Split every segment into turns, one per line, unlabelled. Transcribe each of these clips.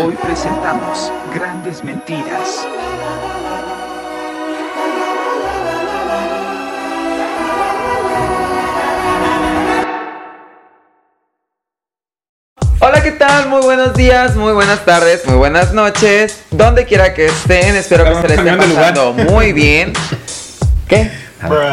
Hoy presentamos Grandes Mentiras.
Hola, ¿qué tal? Muy buenos días, muy buenas tardes, muy buenas noches. Donde quiera que estén, espero que
Estamos
se les esté
cambiando de lugar.
pasando muy bien. ¿Qué?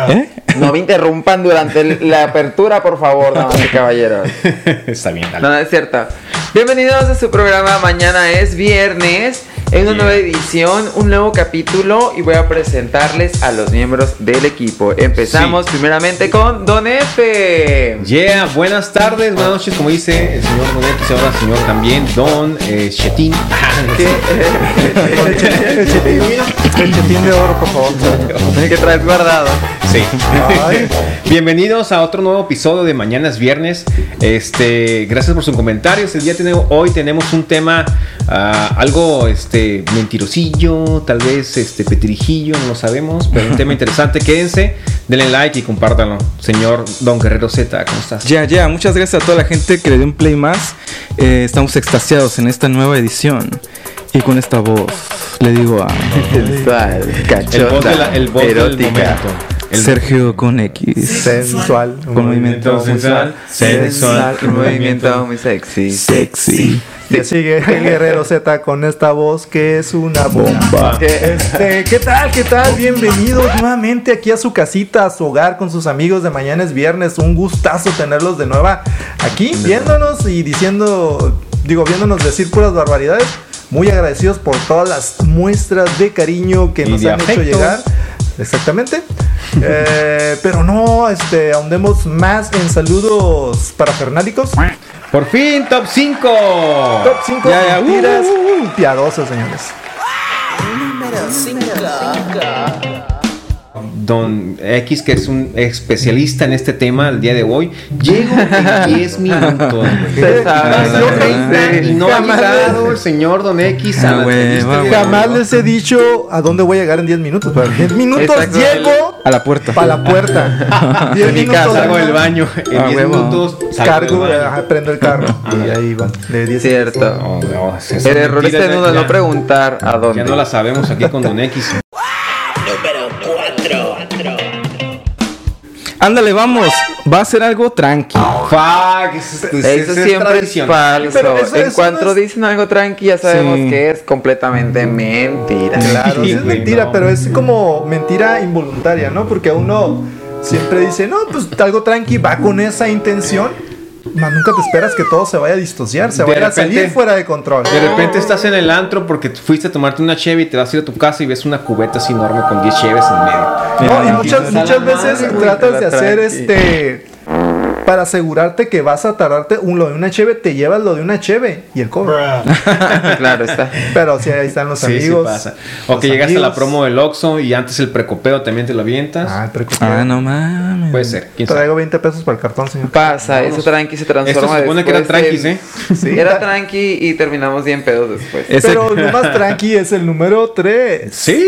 ¿Eh?
No me interrumpan durante el- la apertura, por favor, damas y caballeros.
Está bien, dale.
No, no es cierto. Bienvenidos a su programa. Mañana es viernes. En una
Yeah.
nueva edición, un nuevo capítulo y voy a presentarles a los miembros del equipo. Empezamos primeramente con Don Efe.
Yeah, buenas tardes, buenas noches, como dice el señor Donetti, se habla señor también, Don eh, Chetín.
¿Qué?
El chetín de oro, por favor.
que traes guardado.
Sí.
Ay.
Bienvenidos a otro nuevo episodio de Mañana es Viernes. Este, gracias por sus comentarios. El día tenemos, hoy tenemos un tema ah, algo este mentirosillo, tal vez este petirijillo, no lo sabemos, pero un tema interesante. Quédense, denle like y compártanlo. Señor Don Guerrero Z, ¿cómo estás?
Ya, ya, muchas gracias a toda la gente que le dio un play más. Eh, estamos extasiados en esta nueva edición. Y con esta voz le digo a
Sensual,
El voz, de
cachonda,
la- el voz del
erótica.
momento. El-
Sergio con X.
Sensual.
Con movimiento
sensual,
sensual.
sensual,
Un movimiento muy sexy.
Sexy.
Ya sigue el Guerrero Z con esta voz que es una bomba.
Va.
¿Qué?
Este, ¿Qué tal? ¿Qué tal? Bienvenidos nuevamente aquí a su casita, a su hogar con sus amigos de mañana es viernes. Un gustazo tenerlos de nueva aquí viéndonos y diciendo, digo, viéndonos decir puras barbaridades. Muy agradecidos por todas las muestras de cariño que
Y
nos
de
han hecho
afecto.
llegar. Exactamente. Eh, pero no, este, ahondemos más en saludos para Fernándicos.
Por fin, top 5.
Top 5
Ya, ya, uh,
mentiras piadosas, señores.
Don X, que es un especialista en este tema el día de hoy, llego en 10 minutos. güey.
Se
Pasó
no,
30
sabe.
y no ha
Jamás
llegado el señor Don X a
Ah,
la
güey,
entrevista
va,
de-
Jamás les he dicho a dónde voy a llegar en 10 minutos. Pero en 10 minutos
Exacto.
llego
A la puerta.
para la puerta. 10
En mi casa,
minutos
salgo del baño. En
Ah,
10
huevo.
minutos salgo del
Cargo,
baño.
ajá, prendo el carro. y ahí va. De 10
Cierto.
No, no, es- es
El error
mentira,
está en
ya-
uno de
ya-
no preguntar a
Ya
dónde.
no la sabemos aquí con Don X.
Ándale, vamos. Va a ser algo tranqui.
Fuck, es- es- es-
Eso
es
siempre es,
tradición.
falso.
Pero eso-
en
eso
cuanto
no es-
dicen algo tranqui, ya sabemos
Sí.
que es completamente mentira.
Claro, sí
Sí,
es
güey,
mentira,
no.
pero es como mentira involuntaria, ¿no? Porque uno siempre dice, no, pues algo tranqui va con esa intención, mas nunca te esperas que todo se vaya a distorsionar, se
De
vaya a
repente-
salir fuera de control.
De repente estás en el antro porque fuiste a tomarte una cheve y te vas a ir a tu casa y ves una cubeta así enorme con 10 cheves en medio.
No, y muchas,
Mira,
empiezas a la
muchas
madre,
veces
güey, te la
tratas de hacer
tranqui.
este. Para asegurarte que vas a tardarte un, lo de una cheve, te llevas lo de una cheve y el cobro.
claro está.
Pero sí, ahí están los
Sí, sí
amigos.
pasa. O
los
que llegaste a la
amigos.
promo del Oxxo y antes el precopeo también te lo avientas.
Ah, el preocupado.
Ah, no mames.
Puede ser, quién sabe.
Traigo 20 pesos para el cartón, señor.
Pasa, eso tranqui se transforma.
Esto se supone que eran
después
tranquis,
en-
¿eh?
Sí,
Era
ta-
tranqui y terminamos bien pedos después.
Ese-
Pero lo más tranqui es el número 3.
Sí.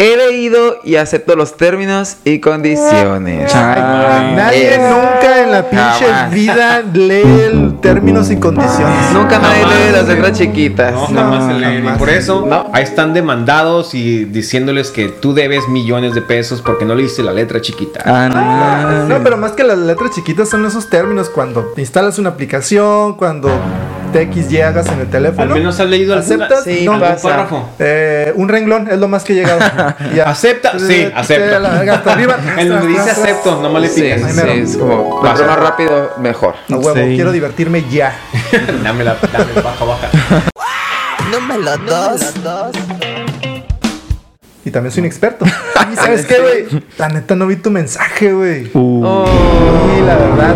He leído y acepto los términos y condiciones.
Ay,
mami.
Nadie
Yes.
nunca en la pinche
Jamás.
vida lee el términos y condiciones.
Nunca nadie
Jamás,
lee las
güey.
letras chiquitas.
No,
No,
jamás se leen. Y
jamás.
Por eso,
No.
ahí están demandados y diciéndoles que tú debes millones de pesos porque no leíste la letra chiquita.
Ah, no mames.
No, pero más que las letras chiquitas son esos términos cuando te instalas una aplicación, cuando TX llegas en el
Al
teléfono.
menos has leído alguna-
¿Aceptas?
Sí,
no,
algún
pasa.
párrafo.
Eh, un renglón es lo más que he llegado. Y a-
¿Acepta? Sí,
Eh,
acepto.
a la verga, hasta arriba.
En donde dice acepto, nomás le
Sí,
picas.
sí, es como
Pasa.
pero más rápido, mejor.
A huevo,
Sí.
quiero divertirme ya.
dame la, dame baja, baja.
Y también soy un experto. ¿Y sabes qué, güey? La neta no vi tu mensaje, güey.
Uh,
Y la verdad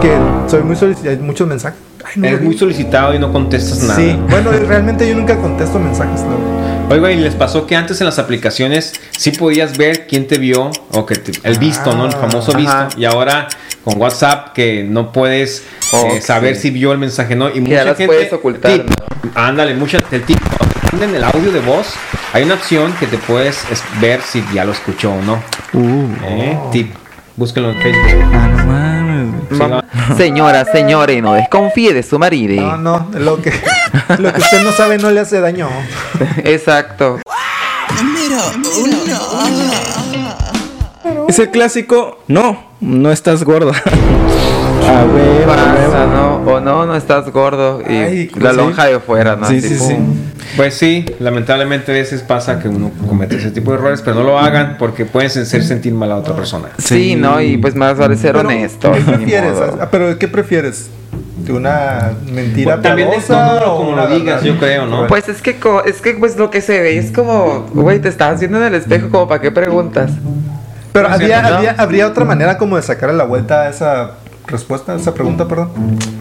que soy muy solicitado. Hay muchos mensajes. Ay, no lo
Eres
vi.
muy solicitado y no contestas nada.
Sí, bueno, y realmente yo nunca contesto mensajes, la verdad.
Oiga, y les pasó que antes en las aplicaciones sí podías ver quién te vio o que te- el visto, ¿no? El famoso
Ah,
visto.
ajá.
Y ahora con WhatsApp que no puedes eh,
Ok.
saber si vio el mensaje o no. Y mucha
ya las
gente-
puedes ocultar,
Tip. Ándale, mucha el tip. cuando te manden el audio de voz. Hay una opción que te puedes es- ver si ya lo escuchó o no.
uh.
Oh.
¿Eh? Tip. Búsquelo en Facebook.
Ah, no mames. mames. güey.
Vamos. Señora, señores, no desconfíe de su marido.
No, no, lo que, lo que usted no sabe no le hace daño.
Exacto.
Es el clásico, no, no estás gorda. A huevo, a huevo.
Pasa, ¿no? O no, no estás gordo. Y
Ay,
la
sí.
lonja de fuera, ¿no?
Sí,
Así,
sí, sí.
pum.
Pues sí, lamentablemente a veces pasa que uno comete ese tipo de errores, pero no lo hagan porque pueden hacer sentir mal a otra persona.
Sí,
Sí.
¿no? Y pues más vale ser
Pero,
honesto.
¿Qué
ni
prefieres?
modo.
Ah, ¿Pero qué prefieres? ¿De una mentira
Pues, También es
piadosa
todo
o
como
una
lo digas,
verdad?
yo creo, ¿no?
Pues es que, co- es que pues lo que se ve es como, güey, te estás haciendo en el espejo, como para qué preguntas.
Pero
No es
había,
cierto, ¿no?
había, habría otra manera como de sacar a la vuelta a esa respuesta, a esa pregunta, perdón.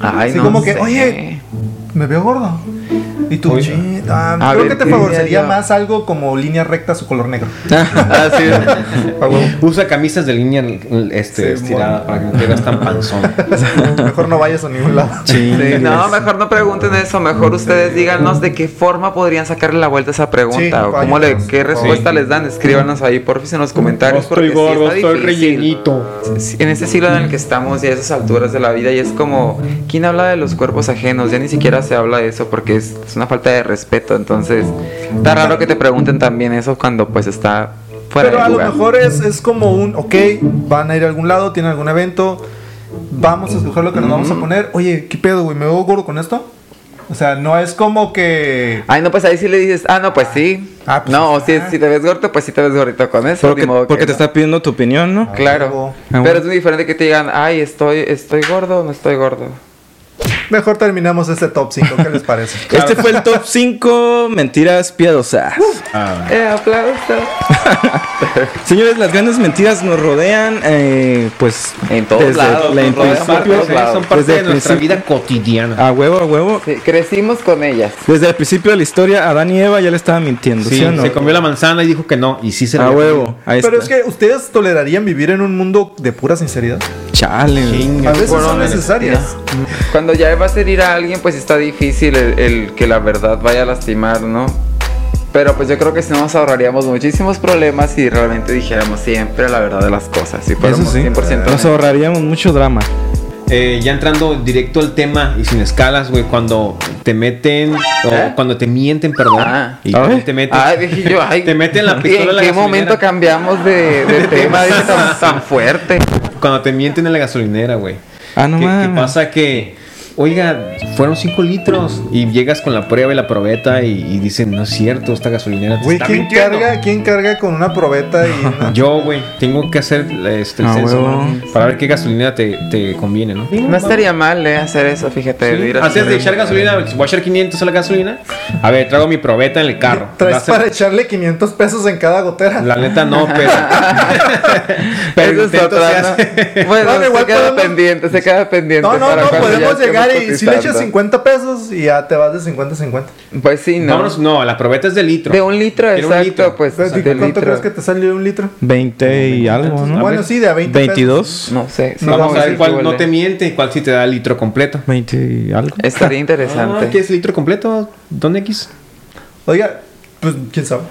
Ay,
Así
no
como que,
sé.
oye, Me veo gordo. Y tú,
Oye.
"Chin, ah,
A
creo
ver,
que te
¿qué
favorecería
diría yo?
más algo como líneas rectas o color negro.
Así es.
Ah, huevo.
Usa camisas de línea este,
Sí,
estirada
bueno.
para que no quedas tan panzón.
Mejor no vayas a ningún lado.
Sí, no, mejor no pregunten eso, mejor ustedes díganos de qué forma podrían sacarle la vuelta a esa
Sí,
pregunta o cómo le,
váyanos,
qué
por favor.
respuesta les dan, escríbanos ahí por en los comentarios. porque sí está difícil. Sí, En este siglo en el que estamos y a esas alturas de la vida y es como, ¿quién habla de los cuerpos ajenos? Ya ni siquiera se habla de eso porque es, es una falta de respeto, entonces está raro que te pregunten también eso cuando pues está fuera
Pero
de
a lo
lugar.
mejor es, es como un, ok, van a ir a algún lado, tienen algún evento, vamos a escoger lo que nos vamos a poner. Oye, ¿qué pedo, güey? ¿Me veo gordo con esto? O sea, no es como que...
Ay, no, pues ahí sí le dices, ah, no, pues sí.
Ah, pues
no,
sí
o si,
está.
si te ves gordo, pues sí te ves gordito con eso.
Porque,
ni modo que
porque te
no.
está pidiendo tu opinión, ¿no?
Claro.
Ah,
Pero
bueno.
es muy diferente que te digan, ay, estoy, estoy gordo o no estoy gordo.
Mejor terminamos este top 5, ¿qué les parece?
Este fue el top 5 mentiras piadosas.
Ah,
Eh, aplauso.
Señores, las grandes mentiras nos rodean, eh, pues.
En todos lados,
la
nos rodean
en
por
principio-
todos lados.
son parte
desde
de
el
nuestra
principio- Ah,
vida cotidiana.
A huevo, a huevo.
Sí, crecimos con ellas.
Desde el principio de la historia, Adán y Eva ya le estaban mintiendo, ¿sí,
Sí,
o no?
se comió la manzana y dijo que no, y sí se
A
la
huevo. Ahí
Pero es
está.
que ustedes tolerarían vivir en un mundo de pura sinceridad.
Chale. güey.
A veces
Bueno,
son
en-
necesarias.
Cuando ya vas a herir a alguien, pues está difícil el, el que la verdad vaya a lastimar, ¿no? Pero pues yo creo que si no nos ahorraríamos muchísimos problemas si realmente dijéramos siempre la verdad de las cosas. Si
Eso
fuéramos
sí.
100%
Nos ahorraríamos mucho drama.
Eh, ya entrando directo al tema y sin escalas, güey, cuando te meten o
¿Eh?
cuando te mienten, perdón,
Ah.
y
A ver.
cuando te meten,
Ay, dije yo, ay.
te meten la pistola en
¿En
la
qué
gasolinera.
momento cambiamos de, de tema de tan, tan fuerte?
cuando te mienten en la gasolinera, güey.
Ah, no
que, que
mames.
pasa que, oiga, fueron 5 litros y llegas con la prueba y la probeta y, y dicen, no es cierto, esta gasolinera te
Güey,
está
¿quién
mintiendo".
carga, ¿quién carga con una probeta y una-
Yo, güey, tengo que hacer este, el
Ah,
censo
huevo.
¿no? para ver qué gasolinera te, te conviene, ¿no?
No estaría mal, ¿eh? Hacer eso, fíjate. de ir a-
Haces de echar gasolina, voy a echar 500 a la gasolina. A ver, traigo mi probeta en el carro.
Traes
Va a ser-
para echarle 500 pesos en cada gotera.
La neta no, pero. pero
Eso es
intento
otra,
se
¿no?
hace.
Bueno,
Bueno,
se
igual
queda
podemos-
pendiente, se queda pendiente.
No, no,
para
no,
cuando ya
podemos
estemos
llegar y si le echas
cotizando.
50 pesos y ya te vas de 50 a 50.
Pues sí, no.
Vámonos, no, la probeta es de litro.
De un litro,
Quiero un
exacto,
litro.
pues.
Pero,
de
¿Cuánto
litro. Pues,
crees que te salió un litro?
20 y algo, ¿no?
Bueno, sí, de a 20
22.
No sé. sí,
Vamos, a ver
sí,
cuál
igual
no
de-
te miente y cuál sí te da el litro completo.
20 y algo.
Estaría
Ah, ¿Qué
interesante.
es litro completo? ¿Dónde X?
pesos. Oiga, pues quién sabe.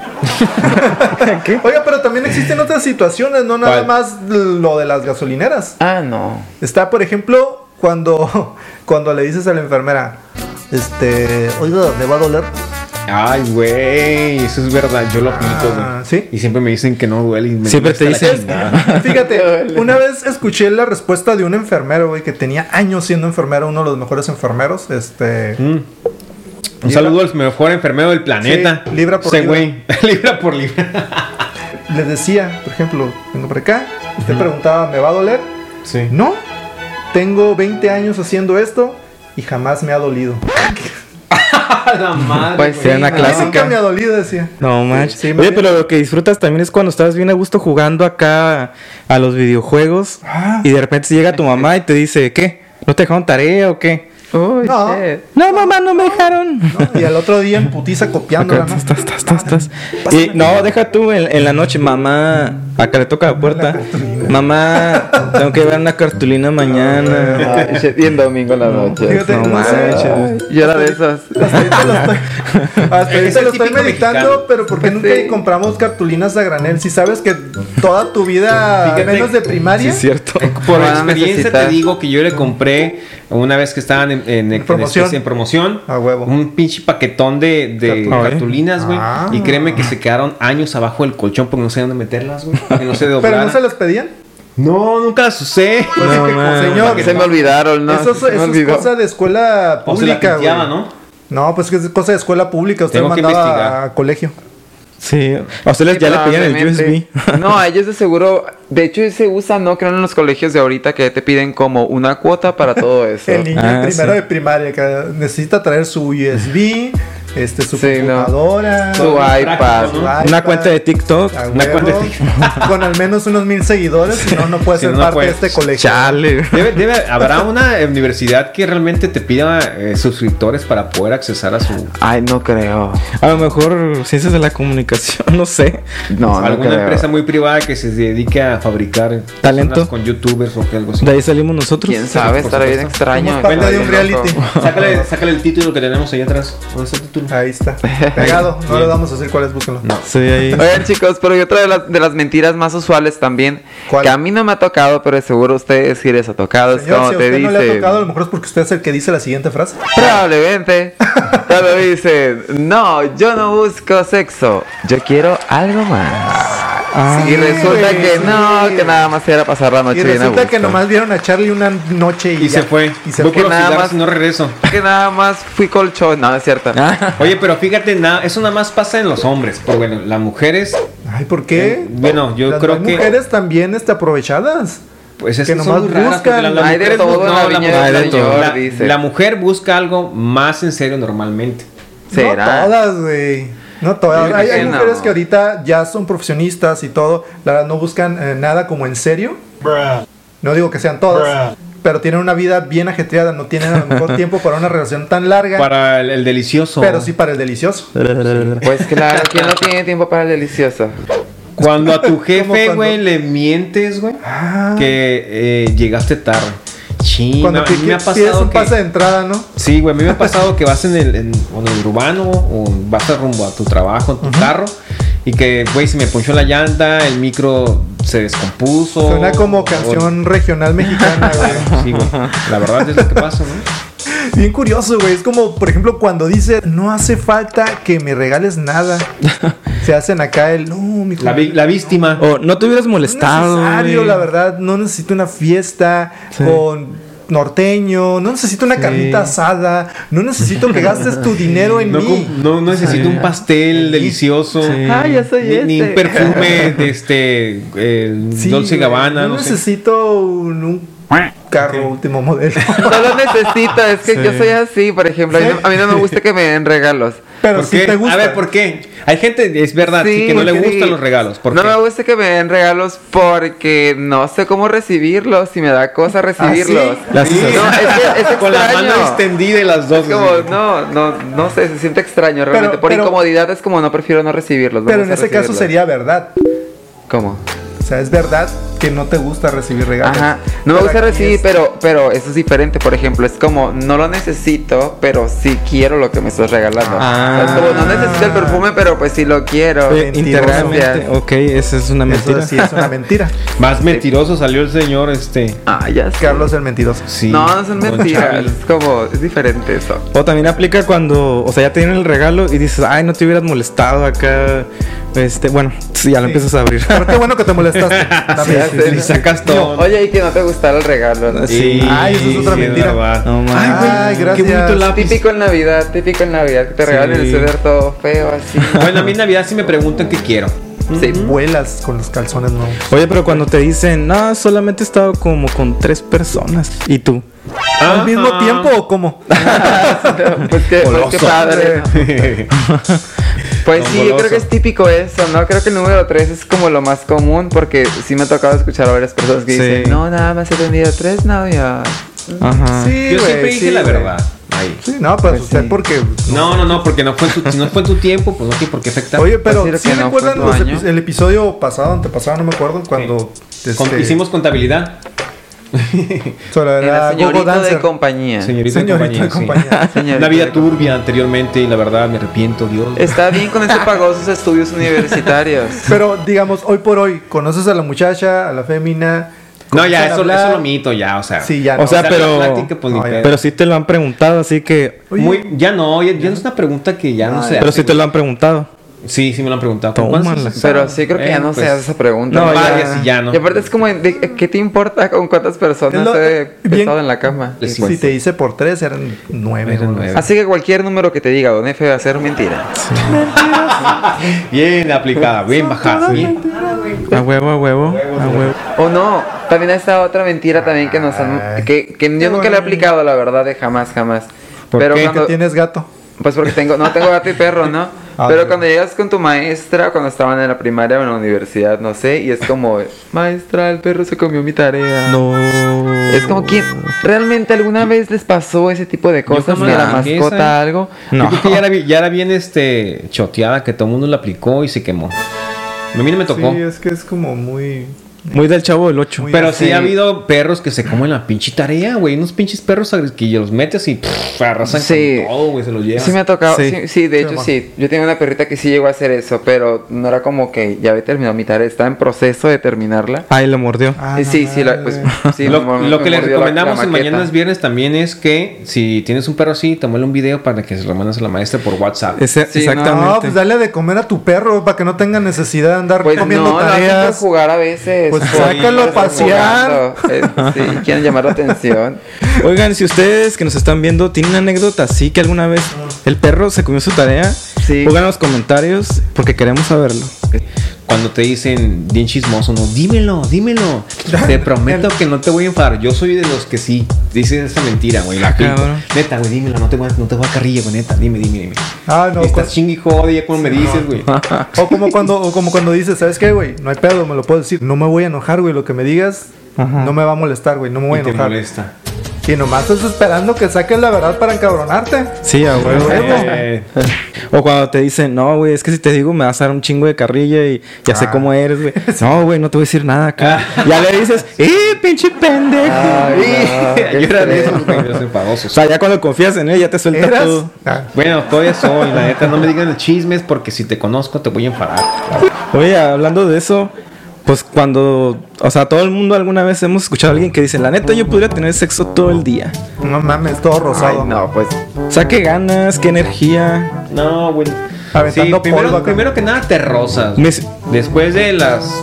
Oiga, pero también existen otras situaciones, no nada
¿Cuál?
más lo de las gasolineras.
Ah, no.
Está, por ejemplo, cuando, cuando le dices a la enfermera, este, oiga, me va a doler.
Ay, güey, eso es verdad. Yo lo aplico, güey.
Ah, ¿sí?
Y siempre me dicen que no duele. y me
Siempre
duele hasta
te
la
dicen-
chingada.
Fíjate, una vez escuché la respuesta de un enfermero, güey, que tenía años siendo enfermero, uno de los mejores enfermeros, este...
Mm. Un saludo al mejor enfermero del planeta.
Sí, libra por
Ese
libra.
güey. libra por libra.
le decía, por ejemplo, vengo por acá, usted preguntaba, ¿me va a doler?
Sí.
No, tengo 20 años haciendo esto y jamás me ha dolido.
la madre.
Pues
güey.
sí,
Era una
no.
clásica.
Nunca me ha dolido, decía.
No manches.
sí,
Oye,
imagínate.
pero lo que disfrutas también es cuando estás bien a gusto jugando acá a los videojuegos
Ah.
y de repente llega tu mamá y te dice, ¿qué? ¿No te dejaron tarea o qué?
Oh,
No.
shit.
No, mamá, no me dejaron.
¿no? Y al otro día en putiza copiándola,
Acá,
¿no?
tas, tas, tas, tas, tas. Y, no, deja tú en, en la noche, mamá. Acá le toca la puerta. Mamá, tengo que ver una cartulina mañana.
Ay, Ah, shit, Y en domingo en la noche.
fíjate,
no
no
manches.
sé.
Ay, Yo era de esas.
Hasta ahorita lo estoy, hasta
Es
ahorita
el
lo estoy
típico
meditando,
mexicano.
pero porque nunca
Sí.
compramos cartulinas a granel? Si sabes que toda tu vida,
Fíjate.
menos de
Sí,
primaria,
es cierto.
Por
Van a
experiencia
necesitar.
te digo que yo le compré una vez que estaban en, en- en
promoción.
especie- en promoción
A huevo.
un pinche paquetón de, de
Ah, ¿eh?
cartulinas, güey.
Ah.
Y créeme que se quedaron años abajo del colchón porque no sé dónde meterlas, güey. Que no se
pero no
doblaran.
se las pedían.
No, nunca las usé.
No, man.
señor,
Que se me olvidaron, ¿no?
eso,
Se me
eso es
olvidó.
cosa de escuela
O se la
pública, güey.
pinteaba, ¿no?
No, pues que es cosa de escuela pública. Usted
Tengo que
mandaba
investigar.
a colegio.
Sí. A ustedes ya le pedían el USB.
Probablemente. No, a ellos de seguro. De hecho, se usa, no creo, en los colegios de ahorita que te piden como una cuota para todo eso.
El niño
Ah,
primero
sí.
de primaria que necesita traer su USB, este, su
Sí, no.
computadora,
Su iPad.
su iPad,
Una cuenta de TikTok.
a
una cuenta de
huevo, con al menos unos mil seguidores, si no, no puede
Si
ser
no, no
parte
puede.
de este colegio.
Chale.
Debe, debe, habrá una universidad que realmente te pida eh, suscriptores para poder accesar a su
Ay, no creo.
A lo mejor ciencias de la comunicación, no sé.
No, no
alguna
creo.
empresa muy privada que se dedique a fabricar
Talento.
personas con youtubers o que algo así.
De ahí salimos nosotros.
¿Quién sabe?
por
Estará bien
supuesto.
extraño.
Somos parte de un
estará bien
reality.
loco.
Sácale, sácale el título que tenemos ahí atrás. ¿Dónde está el título?
Ahí está. Pegado. No le vamos a decir cuál es, búsquenlo.
No.
Sí, ahí.
Oigan chicos, pero hay otra de las, de las mentiras más usuales también,
¿Cuál?
que a mí no me ha tocado, pero de seguro a ustedes sí les ha tocado, es
Señor,
como
si a
te
usted no le ha
dicen,
tocado, a lo mejor es porque usted es el que dice la siguiente frase.
probablemente, cuando dicen, no, yo no busco sexo, yo quiero algo más.
Ah,
y resulta
güey,
que
sí.
no, que nada más era pasar la noche
Y
bien a
resulta que
gusto.
nomás vieron a Charlie una noche y,
Y
ya.
se fue.
Y se
Voy
fue.
por los
nada
cigarros
más.
y no regreso.
Que nada más fui colchón, no, es cierto.
Ah,
Oye, pero fíjate, na- eso nada más pasa en los hombres. Pero bueno, las mujeres,
Ay, ¿por qué?
Bueno, Eh, yo
Las
creo que-
mujeres también este, aprovechadas.
pues es
Que
que,
nomás
son muy raras.
buscan.
porque la- la
Hay de
mujer
todo
bu-
en la
no,
viña
mujer-
del
hay de todo.
Señor,
La-
dice.
la mujer busca algo más en serio normalmente.
¿Será?
No todas, güey. No
Yo
todas.
creo
Hay,
que
hay
no.
mujeres que ahorita ya son profesionistas y todo. La verdad, no buscan eh, nada como en serio. No digo que sean todas. Pero tienen una vida bien ajetreada. No tienen a lo mejor tiempo para una relación tan larga.
Para el, el delicioso.
Pero sí para el delicioso.
Pues claro, ¿quién no tiene tiempo para el delicioso?
Cuando a tu jefe,
cuando-
güey, le mientes, güey,
Ah.
que eh, llegaste tarde. Sí,
Cuando
me-
te-
a mí me ha
pides
pasado
un
que...
pase de entrada, ¿no?
Sí, güey, a mí me ha pasado que vas en el, en, o en el urbano o vas a rumbo a tu trabajo, en tu carro, y que, güey, se me ponchó la llanta, el micro se descompuso.
Suena como
o-
canción regional mexicana, güey.
Sí, güey. La verdad es lo que pasa, ¿no?
Bien curioso, güey. Es como, por ejemplo, cuando dice, no hace falta que me regales nada. Se hacen acá el, no, mi
La, vi- la víctima.
O no te hubieras molestado.
No es necesario,
güey.
la verdad. No necesito una fiesta
Sí.
con norteño. No necesito una carnita asada. No necesito que gastes tu dinero en
No,
mí.
cum- no necesito un pastel delicioso.
Sí.
Ah, ya soy
Ni,
este.
ni un perfume de este el
Sí,
Dolce
güey,
Gabbana, no, sé.
necesito un, un carro último modelo.
Solo necesito, es que
Sí.
yo soy así, por ejemplo. A mí, no, a mí no me gusta que me den regalos.
Pero
¿Por
si
qué?
te gusta.
A ver, ¿por qué? Hay gente, es verdad, sí,
Sí,
que no le
sí.
gustan los regalos. ¿Por
no
qué?
me gusta que me den regalos porque no sé cómo recibirlos y me da cosa recibirlos.
¿Ah,
sí? Las-
No, es, que- es
Con la
extraño.
mano extendida y las dos.
Es como,
así.
no, no, no sé, se siente extraño realmente.
Pero-
Por
pero-
incomodidad es como no prefiero no recibirlos.
Pero
vamos
en
a
ese caso
recibirlos.
sería verdad.
¿Cómo?
O sea, es verdad que no te gusta recibir regalos.
Ajá. No me
Pero
gusta
aquí
recibir,
es-
pero, pero eso es diferente, por ejemplo. Es como, no lo necesito, pero sí quiero lo que me estás regalando.
Ah.
Es como, no necesito el perfume, pero pues sí lo quiero.
Oye,
Mentiroso.
Integralmente. Ok, esa es una
Eso
mentira.
sí es una mentira.
Más mentiroso salió el señor este.
Ah, ya sé.
Carlos el mentiroso.
Sí.
No, no son
Don
mentiras.
Charlie.
Es como, es diferente eso.
O también aplica cuando, o sea, ya te dieron el regalo y dices, ay, no te hubieras molestado acá. Este, bueno, sí, ya lo empiezas a abrir.
Pero qué bueno que te molestaste. También.
ya sé.
Le sacas todo.
Oye, y que no te gustara el regalo. ¿no?
Sí.
Ay, eso es otra mentira.
verdad.
No mames.
Ay, güey,
Ay, gracias.
Qué bonito lápiz.
Típico en Navidad, típico en Navidad, que te regalan el
Sí.
ceder todo feo, así.
Bueno, a mí en Navidad sí me preguntan qué quiero.
Sí.
Vuelas con los calzones nuevos.
Oye, pero cuando te dicen, no, solamente he estado como con tres personas. ¿Y tú?
¿Al mismo tiempo o cómo?
Ah,
Pues que, pues que
Goloso.
padre. ¿no? Pues
Don
sí, yo creo
Goloso.
que es típico eso, ¿no? Creo que el número 3 es como lo más común porque sí me ha tocado escuchar a varias personas que
Sí.
dicen, no, nada más he tenido tres novios. Ajá.
Sí,
Yo
güey,
siempre dije
sí,
la
güey.
verdad. Ahí.
Sí, no, pues,
Pues
usted
sí.
porque...
No, no, no, porque no fue en tu, si no fue en tu tiempo, pues no tiene por qué afectar.
Oye, pero
Decir
¿sí
que no fue
recuerdan
tu
los
año.
epi- el episodio pasado, antepasado, no me acuerdo, cuando...
Con-
este,
hicimos contabilidad.
sobre
Era
la Gogo
señorito de
Dancer.
compañía.
Señorita, de
Señorita de
compañía, sí.
compañía.
Señorito
Una vida
de
turbia anteriormente y la verdad me arrepiento, Dios.
Está bien con ese pagó sus estudios universitarios.
Pero digamos, hoy por hoy, conoces a la muchacha, a la fémina.
no, ya,
comienzan a
eso,
hablar.
eso lo mito, ya, o sea.
Sí, ya.
O
no.
sea,
la
pero-
plática, pues, ni
No, ya.
pedo.
Pero sí te lo han preguntado, así que.
Oye,
Muy- ya no, ya, ya no es una pregunta que ya no
Ay,
se
Pero
hace,
sí te
güey.
lo han preguntado.
Sí, sí me lo han preguntado. ¿Con
Tómala.
cuántos has estado?
Pero sí creo que ya
Eh,
no se
pues,
hace esa pregunta.
no,
¿no?
varias y ya no.
Y aparte es como, de- ¿qué te importa con cuántas personas
Es lo- eh,
he
bien-
estado en la cama?
Les-
si te hice por tres, eran nueve.
Eran
o algo
nueve.
Así que cualquier número que te diga Don F va a ser mentira.
Bien aplicada, bien bajada. bien.
A huevo, a huevo, a huevo.
O no, también está otra mentira también que nos han, que, que yo nunca le he aplicado, la verdad, de jamás, jamás.
¿Por
Pero
qué que
cuando,
tienes gato?
Pues porque tengo, no tengo gato y perro, ¿no?
Ah,
Pero
sí.
cuando llegas con tu maestra, cuando estaban en la primaria o en la universidad, no sé, y es como, maestra, el perro se comió mi tarea.
No.
Es como que realmente alguna vez les pasó ese tipo de cosas,
jamás
que la
la vi
mascota,
esa, ¿eh?
algo.
Yo
No.
creo que ya era, bi- ya era bien este, choteada, que todo el mundo la aplicó y se quemó. A mí no me tocó.
Sí, es que es como muy.
Muy del chavo del 8.
Muy-
Pero sí,
Sí.
ha habido perros que se comen la pinche tarea, güey. Unos pinches perros a- que los metes y pff, arrasan
Sí.
con todo, güey. Se los llevan.
Sí me ha tocado, sí,
Sí.
sí, de
Sí,
hecho
mamá.
sí. Yo tenía una perrita que sí llegó a hacer eso, pero no era como que ya había terminado mi tarea, estaba en proceso de terminarla.
Ahí lo mordió.
Ah,
Eh, sí,
no
sí, la-
mames.
pues sí,
lo,
me-
lo
me
que les
mordió la- la
recomendamos en
maqueta.
Mañanas Viernes también es que si tienes un perro así, tomale un video para que se lo mandes a la maestra por WhatsApp.
Ese-
Sí, no.
No,
exactamente.
pues dale de comer a tu perro para que no tenga necesidad de andar
Pues
comiendo
no, la hacen por
tareas.
jugar a veces.
Pues
por-
sácalo a
por
pasear.
jugando. Eh, sí, quieren llamar la atención.
Oigan, si ustedes que nos están viendo tienen una anécdota así que alguna vez el perro se comió su tarea,
Sí.
pongan en los comentarios porque queremos saberlo.
Cuando te dicen bien chismoso, no, dímelo, dímelo. Te prometo que no te voy a enfadar. Yo soy de los que sí dicen esa mentira, güey. La aplico.
Cabrón.
Neta, güey, dímelo, no te voy a, no te voy a carrilla, güey, neta. Dime, dime, dime.
Ah, no.
y
cu-
estás chingui y jode, ya como me dices, güey.
O como cuando, o como cuando dices, ¿sabes qué, güey? No hay pedo, me lo puedo decir. No me voy a enojar, güey. Lo que me digas
Ajá.
no me va a molestar, güey. No me voy a
Y te
enojar.
molesta.
Y nomás estás esperando que saques la verdad para encabronarte.
Sí, a huevo.
Eh,
O cuando te dicen, no, güey, es que si te digo me vas a dar un chingo de carrilla y ya
Ah.
sé cómo eres, güey. No, güey, no te voy a decir nada acá. Ya le dices, ¡eh, pinche pendejo!
Ay, no, qué
yo era de
estrés.
esos, güey, los
O
enfadosos.
sea, ya cuando confías en él, ya te suelta
Eras.
todo.
Ah,
Bueno, todavía soy, la neta, no me digan chismes porque si te conozco te voy a enfadar.
Oye, hablando de eso, pues cuando, o sea, todo el mundo alguna vez hemos escuchado a alguien que dice, la neta, yo podría tener sexo todo el día.
no mames, todo
Ay,
rosado.
no, pues
O sea, qué ganas, qué energía.
No, güey.
Aventando polvo
primero,
acá.
primero que nada te rozas.
Me-
Después de las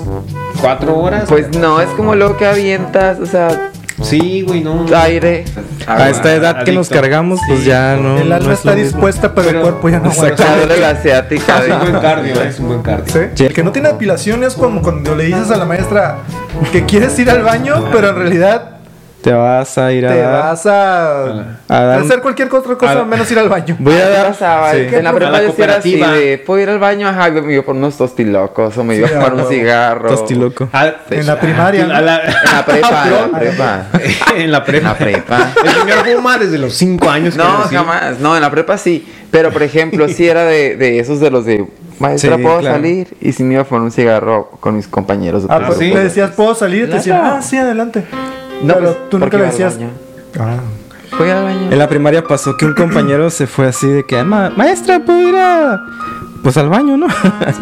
cuatro horas.
pues no, es como lo que avientas, o sea,
sí, güey, no.
aire.
a esta
ah,
edad que
adicto.
nos cargamos, pues
Sí.
ya no.
el alma
no es
está
lo mismo.
dispuesta, pero,
Pero-
el cuerpo ya no aguanta.
Me duele la asiática.
Es un buen
de-
cardio, es un buen cardio.
¿Sí?
Sí.
El que no tiene apilación es como cuando le dices a la maestra que quieres ir al baño, pero en realidad
Te vas a ir a
te
dar-
vas a,
A dar-
hacer cualquier otra cosa
a-
menos ir al baño.
Voy a
¿Qué
dar.
pasaba?
Sí.
En la
A la
prepa yo sí era así
cooperativa.
de, puedo ir al baño, ajá, y me iba por unos tostilocos, o me iba a
Sí,
fumar
a
un
huevo.
cigarro.
Tostiloco.
Al-
En la primaria,
Ah, a la- Ah,
En la prepa, en la prepa.
en la
En
prepa.
la prepa.
El señor fuma desde los cinco años.
No,
creo, sí.
jamás. No, en la prepa sí. Pero, por ejemplo, sí era de, de esos de los de maestra,
Sí,
¿puedo
claro.
salir? Y si me iba a fumar un cigarro con mis compañeros. de
Ah,
otro
pues
sí.
grupo.
le decías, ¿puedo salir? Y te decían, ah, sí, adelante.
No,
pero
pues,
tú
porque
nunca le
iba al
decías.
baño.
Ah.
Voy al baño.
En la primaria pasó que un compañero se fue así de que, "Ma- maestra, puedo ir a- Pues al baño, ¿no?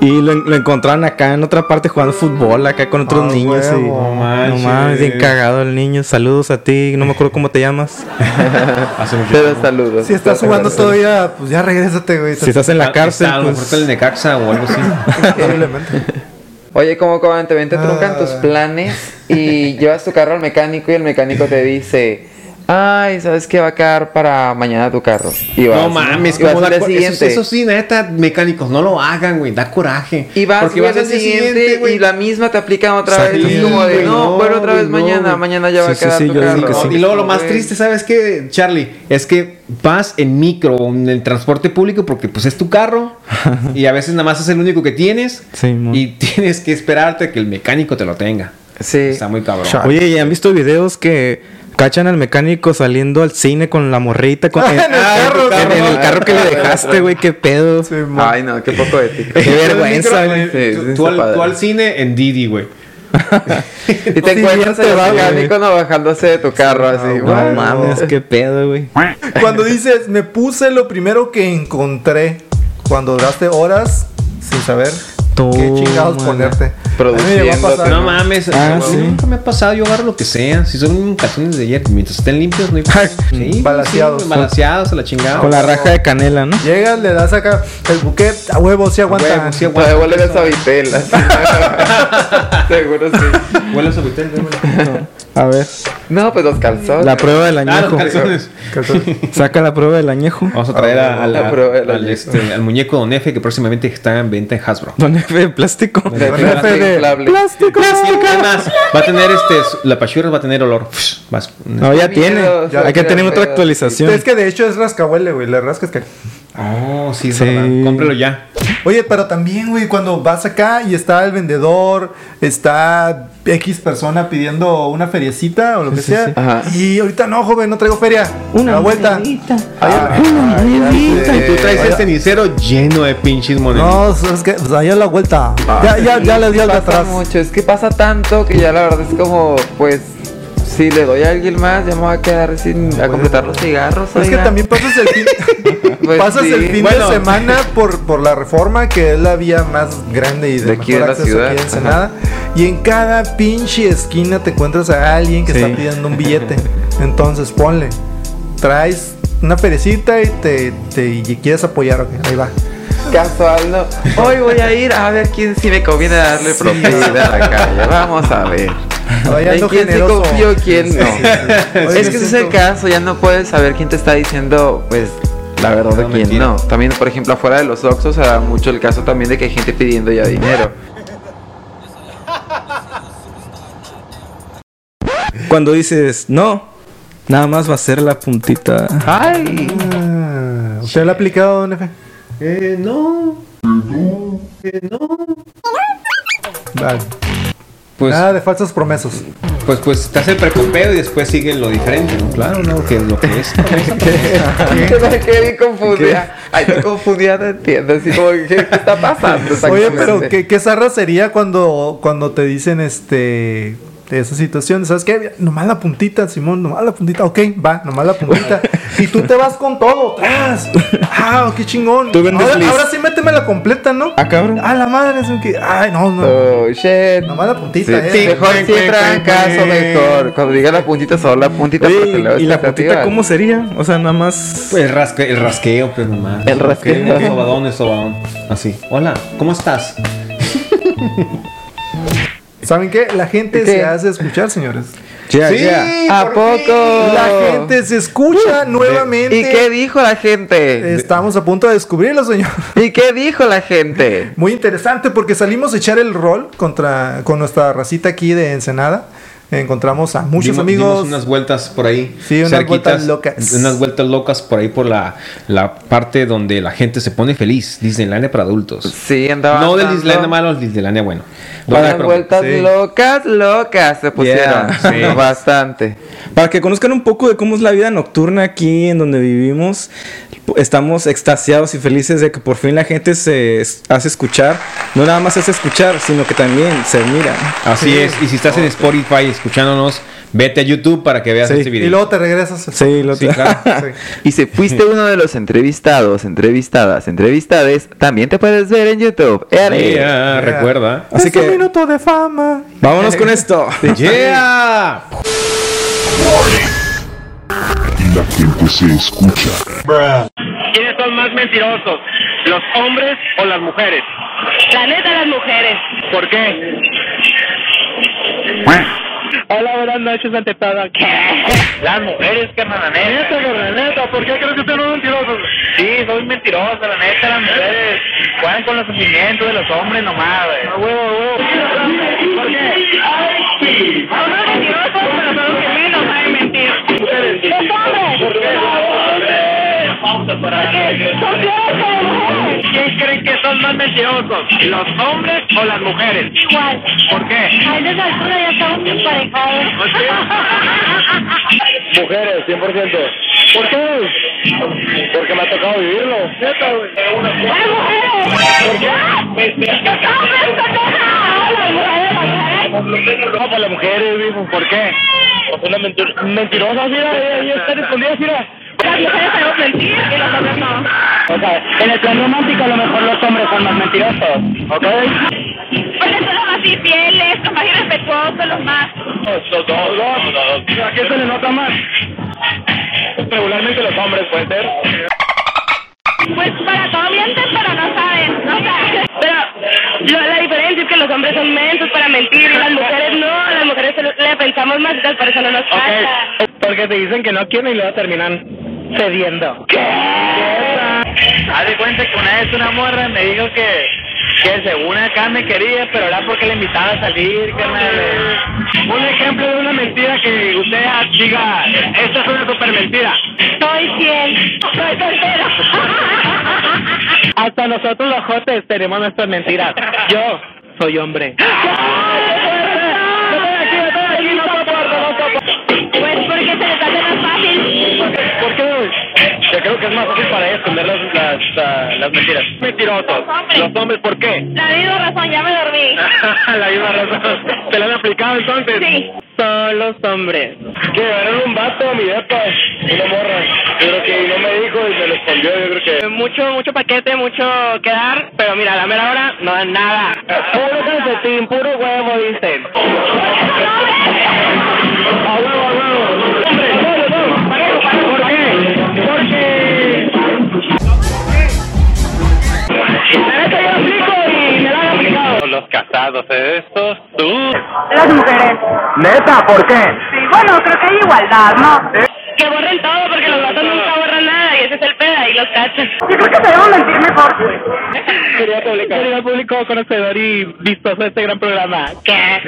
y lo, lo encontraron acá en otra parte jugando fútbol, acá con otros
Ah,
niños. y-
huevo.
no
No manches.
mames, bien cagado el niño. Saludos a ti, no me acuerdo cómo te llamas.
Hace mucho
Pero
tiempo.
saludos.
Si estás jugando todavía, pues ya regrésate, güey.
Si estás en la
Ah,
cárcel,
está, a lo mejor
pues,
está en el Necaxa o algo así.
Probablemente.
Oye, como cuando te, te truncan
Ah.
tus planes y llevas tu carro al mecánico y el mecánico te dice, ay, ¿sabes qué va a quedar para mañana tu carro? Y vas,
No mames,
y vas
como
al
da
día
cor- eso,
siguiente.
eso sí, neta, mecánicos, no lo hagan, güey, da coraje.
Y vas,
Porque
güey,
vas
al día siguiente
güey.
y la misma te aplican otra vez.
Exacto.
Es como de,
Sí,
no,
güey,
bueno, otra
no,
vez
güey,
mañana,
no,
mañana ya va
Sí, sí,
a quedar
sí,
tu
yo digo
carro.
que sí.
Y luego lo más
Güey.
triste, ¿sabes qué, Charlie? Es que vas en micro o en el transporte público porque pues es tu carro y a veces nada más es el único que tienes
Sí, mon.
y tienes que esperarte a que el mecánico te lo tenga.
Sí.
Está muy cabrón.
Oye, ¿y han visto videos que Cachan al mecánico saliendo al cine con la morrita con, en,
En el
ah, en
carro,
tu en
carro.
el carro que le dejaste, güey, qué pedo.
Ay, no, qué poco ético.
Qué vergüenza,
Micro-
güey.
Sí, sí,
Tú, tú al,
está
tú
padre.
al cine en Didi, güey.
Y te
Sí,
encuentras
ya te
el
va, güey.
mecánico no, bajándose de tu carro así.
No
guau.
mames, qué pedo, güey.
Cuando dices, me puse lo primero que encontré. Cuando duraste horas sin saber qué chingados
Tómala.
ponerte.
Produciendo,
A mí me llegó a pasar.
No mames,
Ah,
a mí
sí.
nunca me ha pasado, yo agarro lo que sea. Si son canciones de ayer, mientras estén limpios, no hay problema. Sí,
Balanceados.
sí, balanceados, a la chingada.
Con la raja de canela, ¿no?
Llegas, le das acá el buquet, a huevo, si aguanta.
Huevo, sí
Te devuelven esa vitel. Seguro sí.
Huele a suavitel, huele.
A ver,
No, pues los calzones.
la prueba del
Ah, los
añejo.
calzones.
Saca la prueba del añejo.
Vamos a traer a- a la-
Ah, pero el-
al, este, al muñeco Don Efe que próximamente está en venta en Hasbro.
Don F de plástico.
De
Don
plástico
F de
inflable.
plástico.
Además, va a tener este. su- La pachurra va a tener olor. Vas-
No, ya tiene.
miedo,
Hay que
ya
tener
miedo,
otra
sí.
actualización.
Es que de hecho es rascahuele, güey. Le rascas que.
Oh, sí, es
Sí.
verdad. Cómprelo ya.
Oye, pero también, güey, cuando vas acá y está el vendedor, está X persona pidiendo una feriecita o lo que sea.
Ajá.
Y ahorita no, joven, no traigo feria. Una la vuelta.
Ah,
Y tú traes
vaya.
el cenicero lleno de pinches monedas.
No, es que pues, allá la vuelta. ya, ya, ya le di al de
pasa
atrás.
mucho, es que pasa tanto que ya la verdad es como, pues, si le doy a alguien más, ya me voy a quedar sin a completar los cigarros.
Es que
oiga.
también pasas el fin,
Pues
pasas
sí.
el fin
Bueno.
de semana por, por la reforma, que es la vía más grande y de,
De aquí de
mejor
la
acceso
ciudad.
aquí en Ensenada. Y en cada pinche esquina te encuentras a alguien que
Sí.
está pidiendo un billete. Entonces ponle, traes una perecita y te, te- y quieres apoyar. ok, ahí va.
Casual, no. Hoy voy a ir a ver quién sí me conviene darle propiedad a la calle. Vamos a ver.
Vaya
¿En
ando
quién sí
generoso.
confío y quién no?
Oye,
es que ese
me
es el
siento-
caso, ya no puedes saber quién te está diciendo, pues, la verdad de
No,
quién
mentira.
no. También, por ejemplo, afuera de los Oxxos se da mucho el caso también de que hay gente pidiendo ya dinero.
Cuando dices no, nada más va a ser la puntita.
¡Ay!
Ah, ¿Usted lo ha aplicado, don Efe?
Eh, no. Eh, no.
Vale.
Pues,
Nada Ah, de falsas promesas.
pues, pues te hace el precopeo y después sigue lo diferente, ¿no? Claro, ¿no? Que es lo que es.
Yo quedé bien confundida. Ay, te confundida, te entiendo. Así como, ¿qué, qué está pasando?
Oye,
exactamente?
pero ¿qué, qué zarra sería cuando, cuando te dicen este de esa situación, ¿sabes qué? Nomás la puntita, Simón, nomás la puntita, ok, va, nomás la puntita. y tú te vas con todo, tras. Ah, qué chingón.
Tú vendes
ahora,
list.
ahora sí méteme la completa, ¿no?
Ah, cabrón.
Ah, la madre, es un que. Ay, no, no.
Oh, shit.
Nomás la
Sí,
puntita,
sí,
eh.
mejor si traen caso, mejor. Cuando diga la puntita, solo la puntita.
Oye,
porque luego
¿y la
se te
puntita
activa.
cómo sería? O sea, nada más.
Pues el, rasque- el rasqueo, pero nomás.
El rasqueo.
Ok, Sobadón es sobadón. Así. Hola, ¿cómo estás?
¿Saben qué? La gente
¿Qué?
se hace escuchar, señores.
Ya,
¿A poco?
La gente se escucha nuevamente.
¿Y qué dijo la gente?
Estamos a punto de descubrirlo, señor.
¿Y qué dijo la gente?
Muy interesante porque salimos a echar el rol contra, con nuestra racita aquí de Ensenada. Encontramos a muchos
Dimos-
amigos.
dimos unas vueltas por ahí.
Sí, unas vueltas locas.
Unas vueltas locas por ahí por la, la parte donde la gente se pone feliz. Disneylandia para adultos.
Sí, andaba.
No del
andando.
Disneylandia malo, el Disneylandia bueno.
Unas
Pero-
vueltas
sí.
locas, locas se pusieron.
Yeah, sí.
No, Bastante.
Para que conozcan un poco de cómo es la vida nocturna aquí en donde vivimos, estamos extasiados y felices de que por fin la gente se es- hace escuchar. No nada más es escuchar, sino que también se mira.
Así es. Y si estás en Spotify escuchándonos, vete a YouTube para que veas
Sí.
este video.
y luego te regresas.
Sí, lo
Sí, claro.
Sí.
Y si fuiste uno de los entrevistados, entrevistadas, entrevistades, también te puedes ver en YouTube. ¡Ere!
Yeah, recuerda.
Así
es
que-
un minuto de fama.
Vámonos con esto.
Yeah.
La gente se escucha.
¿Quiénes son más mentirosos? ¿Los hombres o las mujeres?
La neta, las mujeres.
¿Por qué? Hola, buenas noches ante todo. Las mujeres, que la neta. La neta, ¿por qué crees que ustedes son mentirosos? Sí, soy mentiroso, la neta, las mujeres juegan con los sentimientos de los hombres nomás, güey. No, huevo, huevo. ¿Por qué?
Son los mentirosos, pero son los que menos saben mentir.
Mujeres.
Los hombres.
¿Por qué? pausa para...
Porque son peores que las mujeres.
¿Quién creen que son más mentirosos? ¿Los hombres o las mujeres?
Igual.
¿Por qué?
A esa altura ya estamos emparejados.
Mujeres, 100%. ¿Por qué? Porque me ha tocado vivirlo. Neta, güey.
¡Las mujeres! ¡Los hombres pendeja! ¡Las mujeres, las mujeres!
No, pues las mujeres, viejo, ¿por qué? Pues una mentir mentirosa, mira, ella está escondida, mira.
Las mujeres sabemos mentir y los hombres no.
O sea, en el plan romántico a lo mejor los hombres son más mentirosos, ¿ok?
Porque son los más infieles, los más irrespetuosos, los más...
Los dos, dos. ¿A quién se le nota más? Regularmente los hombres, puede ser.
Pues para todo mienten, pero no saben. No saben. Pero lo- la diferencia es que los hombres son mensos para mentir y las mujeres no. A las mujeres se- le pensamos más y tal, por eso no nos pasa.
Ok, porque te dicen que no quieren y luego terminan cediendo. ¿Qué? Haz de cuenta que una vez una morra me dijo que, que según acá me quería, pero era porque le invitaba a salir, carnal. Un ejemplo de una mentira que usted diga, esta es una super mentira.
Soy fiel. Soy soltero.
Hasta nosotros los jotes tenemos nuestras mentiras. Yo soy hombre.
Pues porque se les hace más fácil.
¿Por qué? Yo creo que es más fácil para ellos esconder las, las, ah, las mentiras. Mentirosos.
Los hombres.
Los hombres, ¿por qué?
La vida razón, ya me dormí.
la misma razón. ¿Te la han aplicado entonces?
Sí.
Son los hombres. Que era un vato, mi depa, una morra. Yo creo que no me dijo y me lo escondió, yo creo que... Mucho, mucho paquete, mucho quedar, pero mira, a la mera hora no dan nada. Puro calcetín, puro huevo, dicen. A huevo, a huevo. Hombre, ¿Por qué? Porque... La neta yo lo aplico y me la han aplicado. Los casados, estos, tú...
Las mujeres.
Neta, ¿por qué?
Sí, bueno, creo que hay igualdad, ¿no? Que borren todo porque los gatos nunca borran nada y ese es el peda y los cachan. Yo creo que debemos mentir mejor.
Quería público. Quería público conocedor y vistoso de este gran programa. ¿Qué?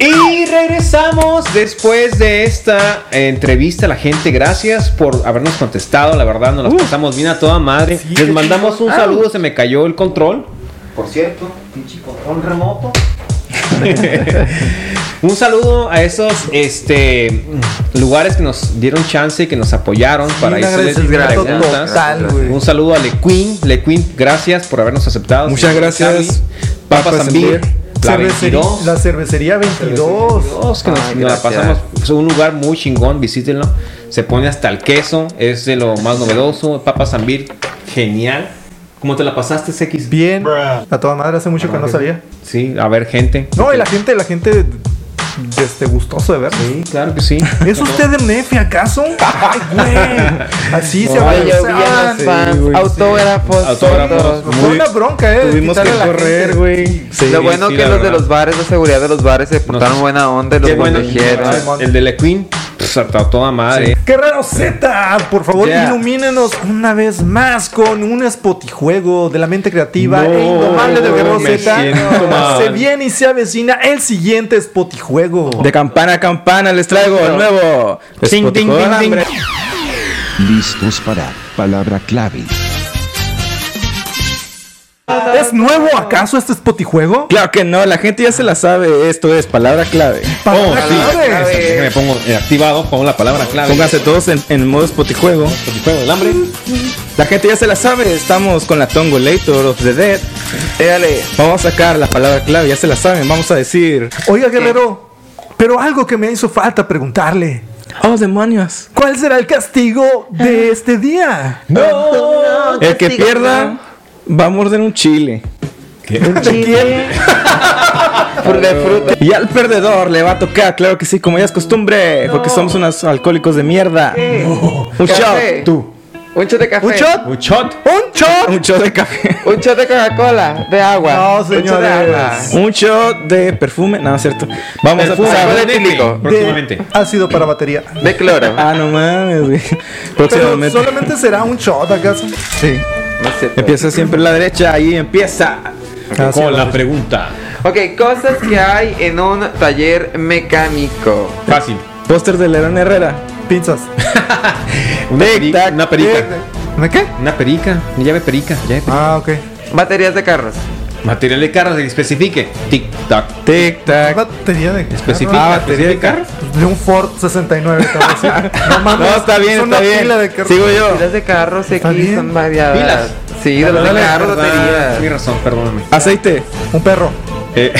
Y regresamos después de esta entrevista a la gente. Gracias por habernos contestado. La verdad, nos las pasamos bien a toda madre. Les mandamos un saludo. Se me cayó el control. Por cierto, pinche control remoto. un saludo a esos este, lugares que nos dieron chance y que nos apoyaron para
Un
hacerles
agradecimiento
preguntas.
total, güey.
Un saludo a Le Queen. Le Queen, gracias por habernos aceptado.
Muchas
Señor
gracias,
Charlie. Papa
Papa
Zambir.
Zambir.
La
Cervecería-
22.
Pues, la cervecería 22.
Dos, que nos,
Ay,
nos la
gracias.
pasamos. Es un lugar muy chingón, visítenlo. Se pone hasta el queso, es de lo más novedoso. Papa Zambir, genial. ¿Cómo te la pasaste, X?
Bien. A toda madre, hace mucho que no sabía.
Sí, a ver, gente.
No, y la gente, la gente de este gustoso de ver.
Sí, claro que sí.
¿Es usted de Nefi acaso? Ay, güey. Así se
Ay, yo vi a
abrazan.
los fans,
güey, sí.
autógrafos,
Autógrafos.
fotos.
Fue una bronca, eh. de
Tuvimos que
quitarle a la
correr,
gente.
güey. Sí.
lo bueno
sí,
que
la
los de
verdad.
los bares, la seguridad de los bares se portaron buena onda y los
Qué bueno. Ah,
protegieron.
El de Le Queen, pues, hasta toda madre.
¡Qué raro Z! Por favor,
Yeah.
ilumínenos una vez más con un spotijuego de la mente creativa
No,
e indomable del Guerrero
me siento
Z.
mal.
Se viene y se avecina el siguiente spotijuego.
De campana a campana les traigo el nuevo.
Ding, ding,
Spotify,
ding,
hombre.
ding.
Listos para palabra clave.
¿Es nuevo acaso este spotijuego?
Claro que no, la gente ya se la sabe. Esto es palabra clave.
Oh,
Palabra
sí.
clave.
Déjame pongo eh, activado, pongo la palabra clave.
Pónganse todos en, en modo spotijuego.
Juego del hambre.
La gente ya se la sabe, estamos con la Tongolator of the Dead. Éale, vamos a sacar la palabra clave, ya se la saben, vamos a decir.
Oiga, Guerrero, pero algo que me hizo falta preguntarle.
¡Oh, demonios!
¿Cuál será el castigo de este día?
El que pierda va a morder un chile.
Por de fruta.
Y al perdedor le va a tocar, claro que sí, como ya es costumbre, porque somos unos alcohólicos de mierda. Un
Café.
shot, tú.
Un shot de café.
¿Un shot?
Un shot.
¿Un shot?
Un shot de café.
Un shot de Coca-Cola, de agua.
No,
Un shot de
señores.
agua.
Un shot de perfume, no, es cierto. Vamos
Perfume.
a pasar.
Alcohol etílico.
Próximamente.
Ácido para batería.
De cloro.
Ah, no mames, güey.
Pero
Próximamente.
solamente será un shot, ¿acaso?
Sí.
No es cierto.
Empieza siempre a la derecha, ahí empieza.
Con la pregunta.
Ok, cosas que hay en un taller mecánico.
Fácil.
Póster de Lerón Herrera.
Pinzas.
Una, peri- una perica.
¿De qué?
Una perica, una llave perica, llave perica.
Ah, ok.
Baterías de carros.
Material de carros, especifique. Tic tac.
Tic
Ah,
tac.
Batería de carro.
Especifica,
Ah,
batería de carros.
De un Ford 69. te voy a decir. No mames.
No, está bien,
es una
está bien.
pila de carros.
Sigo yo.
Baterías de carros
Está
X
bien.
son variadas.
Pilas.
Sí, de los de
Perdóname,
carros,
perdón, Tienes
baterías.
razón, perdóname.
Aceite.
Un perro.
Eh,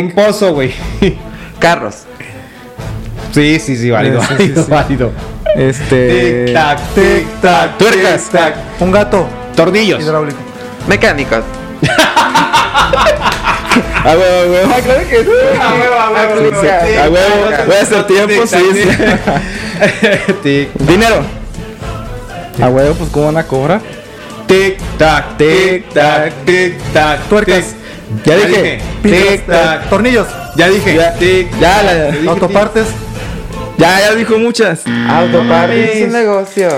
un pozo, güey.
Carros.
Sí, sí, sí, válido,
Sí, sí,
válido,
sí.
válido.
Este.
Tic tac, tic tac.
Tuercas.
tic, tac.
Un gato.
Tornillos.
Hidráulico.
Mecánicos.
A huevo, a huevo. Ah, claro que Ah,
A huevo, a huevo, a huevo.
sí. A huevo. Voy a hacer tiempo, sí. sí.
Tic
Dinero. A huevo, pues cómo van a cobrar.
tic tac, tic tac, tic tac.
Tuercas.
tic.
Ya dije.
Pilas,
Tic
eh,
tac.
Tornillos.
Ya dije.
Ya-
tic,
ya la-
tac. Yo dije
Autopartes.
Ya, ya dijo muchas.
Autopartes es un negocio.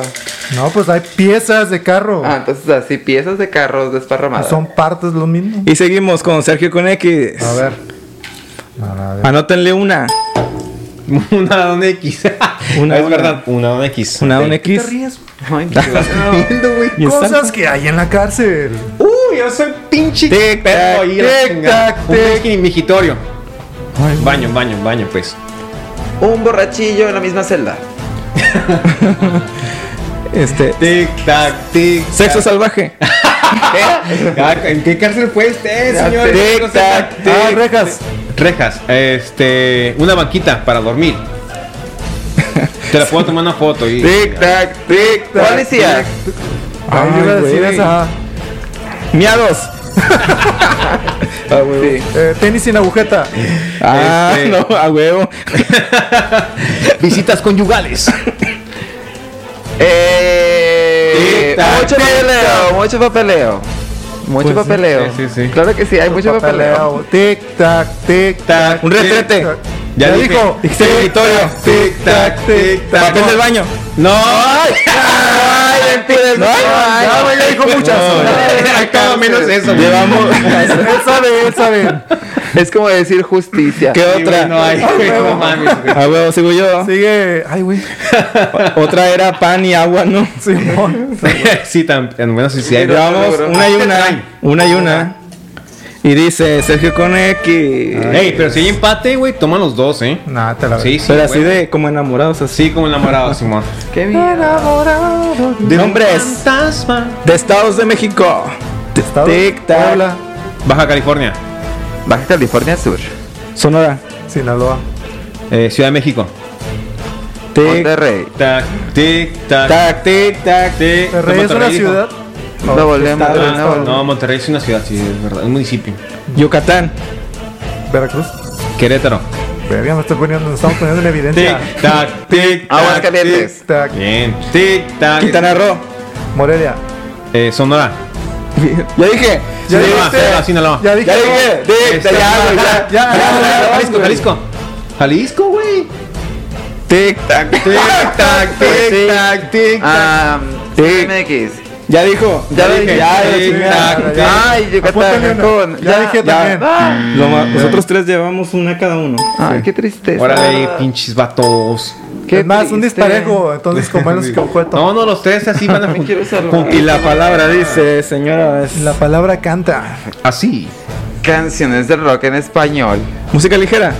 No, pues hay piezas de carro.
Ah, entonces así, piezas de carros desparramadas.
Son partes lo mismo.
Y seguimos con Sergio con X.
A ver. No, no, a ver.
Anótenle una.
tic. Una don X.
Una
es
una.
verdad. Una don X.
Una
Ok.
un
¿Qué te
X.
ríes?
Ay, Dios.
Y está-
Cosas que hay en la cárcel.
Uy, yo soy pinche
Tic, tac,
perro ahí, la
tic,
chingada.
tac,
Un
tic.
pinche migitorio. Baño, baño, baño, pues.
Un borrachillo en la misma celda.
Este.
Tic, tac, tic.
Sexo salvaje.
tac. Ah, ¿En qué cárcel fue usted,
Ya,
señor?
tic,
No sé,
tac,
Ah,
tic.
rejas.
Rejas, este, una banquita para dormir. Te la puedo tomar una foto y.
Tic tac, tic tac.
Policía.
Ay, yo iba a
Ay,
decir
güey.
esa.
Miados.
Ah, sí.
Eh, tenis sin agujeta.
Ah,
Este-
no, a huevo.
Visitas conyugales.
Eh,
Eh,
Tic, tac,
mucho
tic,
papeleo, mucho papeleo. Mucho
Pues sí,
papeleo.
sí, sí, sí.
Claro que sí, hay mucho papeleo.
Papeleo. Tic, tac, tic,
Tac,
tac.
Un
tic,
retrete.
tac.
Ya,
Ya
dije.
dijo.
Dijiste migitorio. Tic, tac, tic, tac.
Papel del baño.
No.
Ay, mentira, no, ay,
ya, güey, ya dijo muchas.
No,
Ay,
Todo menos eso. güey.
Llevamos.
Él sabe, él sabe.
Es como decir justicia.
¿Qué
Sí, güey,
otra?
No hay, güey, no mames, güey.
A huevo, sigo yo.
Sigue. Ay, güey.
Otra era pan y agua, ¿no?
Simón.
Sí, tan, tan bueno, sí, sí hay.
Llevamos
bro.
una y una. Una y una. Y dice Sergio con X.
Ey, pero si hay empate, güey, toman los dos, ¿eh?
Nah, te la
Sí, sí.
Pero así
güey.
de como enamorados, así.
Sí, como enamorado, Simón.
Qué bien.
Nombres
Fantasma.
de Estados de México.
Estado.
Tic tac.
Puebla,
Baja California.
Baja California Sur.
Sonora.
Sinaloa.
Eh, Ciudad de México.
Tic
Monterrey.
Tac, tic, tac.
tac, tic tac.
tic.
Monterrey es una
dijo.
ciudad.
Nuevo León,
Estado,
Monterrey,
estado.
Nuevo León.
Ah, No, Monterrey es una ciudad, sí, es verdad, un municipio.
Yucatán.
Veracruz.
Querétaro.
Verga, me estoy poniendo, nos estamos poniendo en evidencia.
Tic, tac, tic, tac.
Aguascalientes.
Tic, tac.
tic. Bien. Tic, tac.
Quintana Roo.
Morelia.
Eh, Sonora.
Ya dije.
Ya
Sinaloa, Sinaloa,
dijiste.
Sinaloa.
Ya dije.
Ya dije. Tic tac. Ya, güey, ya.
Ya, ya, ya.
Jalisco, Jalisco. Jalisco, güey.
Tic tac.
Tic, tac, tic, tac, tic, tac.
Ah,
Sí.
MX.
Ya dijo.
Ya lo
dije.
dije.
Ya,
Tic,
dije.
tac,
ya,
tic.
ya.
Ay, Yucatán,
Apúntale uno.
Cancún.
Ya dije también.
Ah,
Lo ma- Nosotros tres llevamos una cada uno.
Ay, qué tristeza.
Órale, pinches vatos.
Qué
es más, un
triste.
Este-
disparejo. Entonces, con menos que un cueto.
No, no, los tres así van a
Me quiero salvar.
juntar.
Y la palabra dice, señora, es
La palabra canta.
Así.
Canciones de rock en español.
música ligera.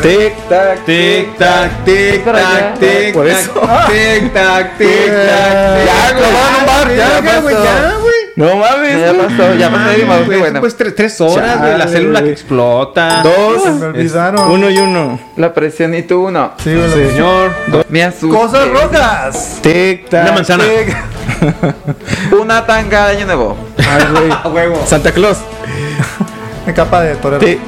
Tic tac.
Tic, tac, tic,
Para allá.
tac, tic,
Por
tac,
eso.
tic, tac, tic, tac.
Ya,
tic,
lo
tac,
van a tumbar,
güey,
ya,
Ya, güey,
pasó.
ya, güey.
No mames.
Ya
güey.
pasó, ya pasó de mi
Mames,
mano, qué
güey,
bueno.
Pues tres, tres horas, güey, la
Chale,
célula que
güey.
explota.
Se
Dos,
me olvidaron.
uno y uno.
La presión y tú uno.
Sí, güey, la-
Señor, dos.
Me asusté.
Cosas rojas.
Tic tac.
Una manzana.
Tic.
Una tanga de año nuevo.
Ay, güey.
A huevo.
Santa Claus.
Una capa de torero.
Tic